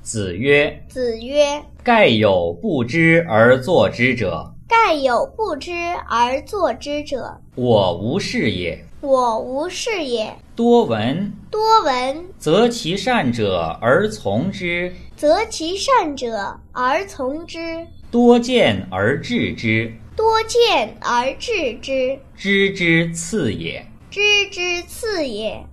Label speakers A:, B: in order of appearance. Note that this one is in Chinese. A: 子曰
B: 子曰：“
A: 盖有不知而作之者，：“
B: 盖有不知而作之者，
A: 我无是也。
B: 我无是也。
A: 多闻，
B: 多闻，
A: 择其善者而从之，
B: 择其善者而从之，
A: 多见而治之，
B: 多见而治之，
A: 知之次也。”
B: 知之次也。”